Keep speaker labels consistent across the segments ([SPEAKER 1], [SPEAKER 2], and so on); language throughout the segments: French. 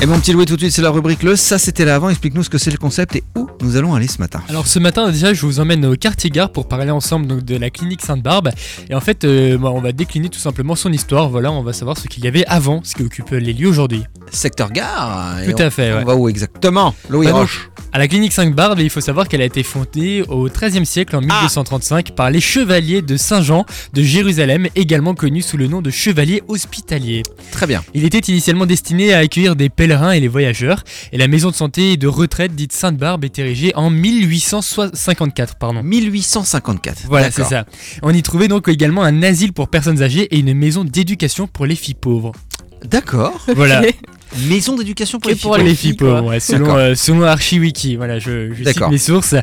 [SPEAKER 1] Et mon petit Louis, tout de suite, c'est la rubrique Le Ça c'était là avant. Explique-nous ce que c'est le concept et où nous allons aller ce matin.
[SPEAKER 2] Alors ce matin déjà je vous emmène au quartier gare pour parler ensemble donc, de la clinique Sainte-Barbe et en fait euh, bah, on va décliner tout simplement son histoire, voilà on va savoir ce qu'il y avait avant, ce qui occupe les lieux aujourd'hui.
[SPEAKER 1] Secteur gare. et
[SPEAKER 2] Tout à fait,
[SPEAKER 1] on,
[SPEAKER 2] ouais.
[SPEAKER 1] on va où exactement Louis
[SPEAKER 2] Bah, donc,
[SPEAKER 1] Roche.
[SPEAKER 2] À la clinique Sainte-Barbe il faut savoir qu'elle a été fondée au XIIIe siècle en 1235 par les chevaliers de Saint-Jean de Jérusalem également connus sous le nom de chevaliers hospitaliers.
[SPEAKER 1] Très bien.
[SPEAKER 2] Il était initialement destiné à accueillir des pèlerins et les voyageurs, et la maison de santé et de retraite dite Sainte-Barbe est érigée en 1854. Pardon.
[SPEAKER 1] 1854.
[SPEAKER 2] Voilà, c'est
[SPEAKER 1] D'accord.
[SPEAKER 2] ça. On y trouvait donc également un asile pour personnes âgées et une maison d'éducation pour les filles pauvres.
[SPEAKER 1] D'accord.
[SPEAKER 2] Voilà,
[SPEAKER 1] Maison d'éducation pour
[SPEAKER 3] Que
[SPEAKER 1] les
[SPEAKER 3] pour
[SPEAKER 1] filles.
[SPEAKER 2] les filles pauvres, ouais, selon,
[SPEAKER 1] D'accord.
[SPEAKER 2] euh, selon ArchiWiki. Voilà, je, je cite
[SPEAKER 1] D'accord.
[SPEAKER 2] mes sources.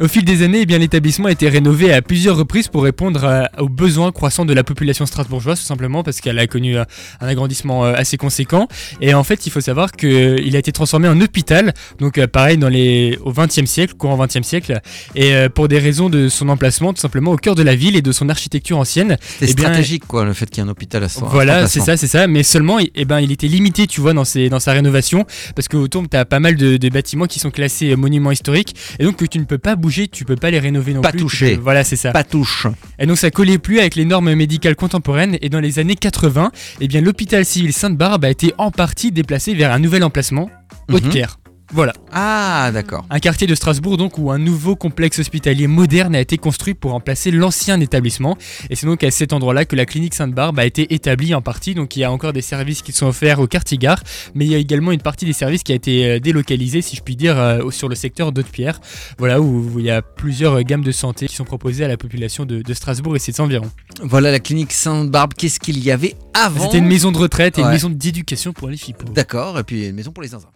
[SPEAKER 2] Au fil des années, eh bien l'établissement a été rénové à plusieurs reprises pour répondre euh, aux besoins croissants de la population strasbourgeoise, tout simplement parce qu'elle a connu euh, un agrandissement euh, assez conséquent. Et en fait, il faut savoir qu'il a été transformé en hôpital, donc euh, pareil dans les, au 20e siècle, courant 20e siècle, et euh, pour des raisons de son emplacement, tout simplement au cœur de la ville et de son architecture ancienne.
[SPEAKER 1] C'est
[SPEAKER 2] Eh bien,
[SPEAKER 1] stratégique quoi, le fait qu'il y ait un hôpital à son
[SPEAKER 2] Voilà, c'est
[SPEAKER 1] emplacement.
[SPEAKER 2] ça, c'est ça. Mais seulement, eh ben, il était limité, tu vois, dans, ses, dans sa rénovation, parce qu'autour, tu as pas mal de, de bâtiments qui sont classés euh, monuments historiques, et donc que tu ne peux pas bouger, tu peux pas les rénover non
[SPEAKER 1] Pas
[SPEAKER 2] plus. tu
[SPEAKER 1] toucher.
[SPEAKER 2] peux- Voilà, c'est ça.
[SPEAKER 1] Pas touche.
[SPEAKER 2] Et donc ça collait plus avec les normes médicales contemporaines, et dans les années 80, eh bien, l'hôpital civil Sainte-Barbe a été en partie déplacé vers un nouvel emplacement,
[SPEAKER 1] Mhm.
[SPEAKER 2] Haute-Pierre. Voilà,
[SPEAKER 1] Ah d'accord.
[SPEAKER 2] un quartier de Strasbourg donc où un nouveau complexe hospitalier moderne a été construit pour remplacer l'ancien établissement. Et c'est donc à cet endroit-là que la clinique Sainte-Barbe a été établie en partie. Donc il y a encore des services qui sont offerts au quartier gare, mais il y a également une partie des services qui a été euh, délocalisée, si je puis dire, euh, sur le secteur d'Haute-Pierre. Voilà où, où il y a plusieurs euh, gammes de santé qui sont proposées à la population de, de Strasbourg et ses environs.
[SPEAKER 1] Voilà la clinique Sainte-Barbe. Qu'est-ce qu'il y avait avant
[SPEAKER 2] C'était une maison de retraite et
[SPEAKER 1] Ouais.
[SPEAKER 2] une maison d'éducation pour les filles pauvres.
[SPEAKER 1] D'accord. Et puis une maison pour les zinzins.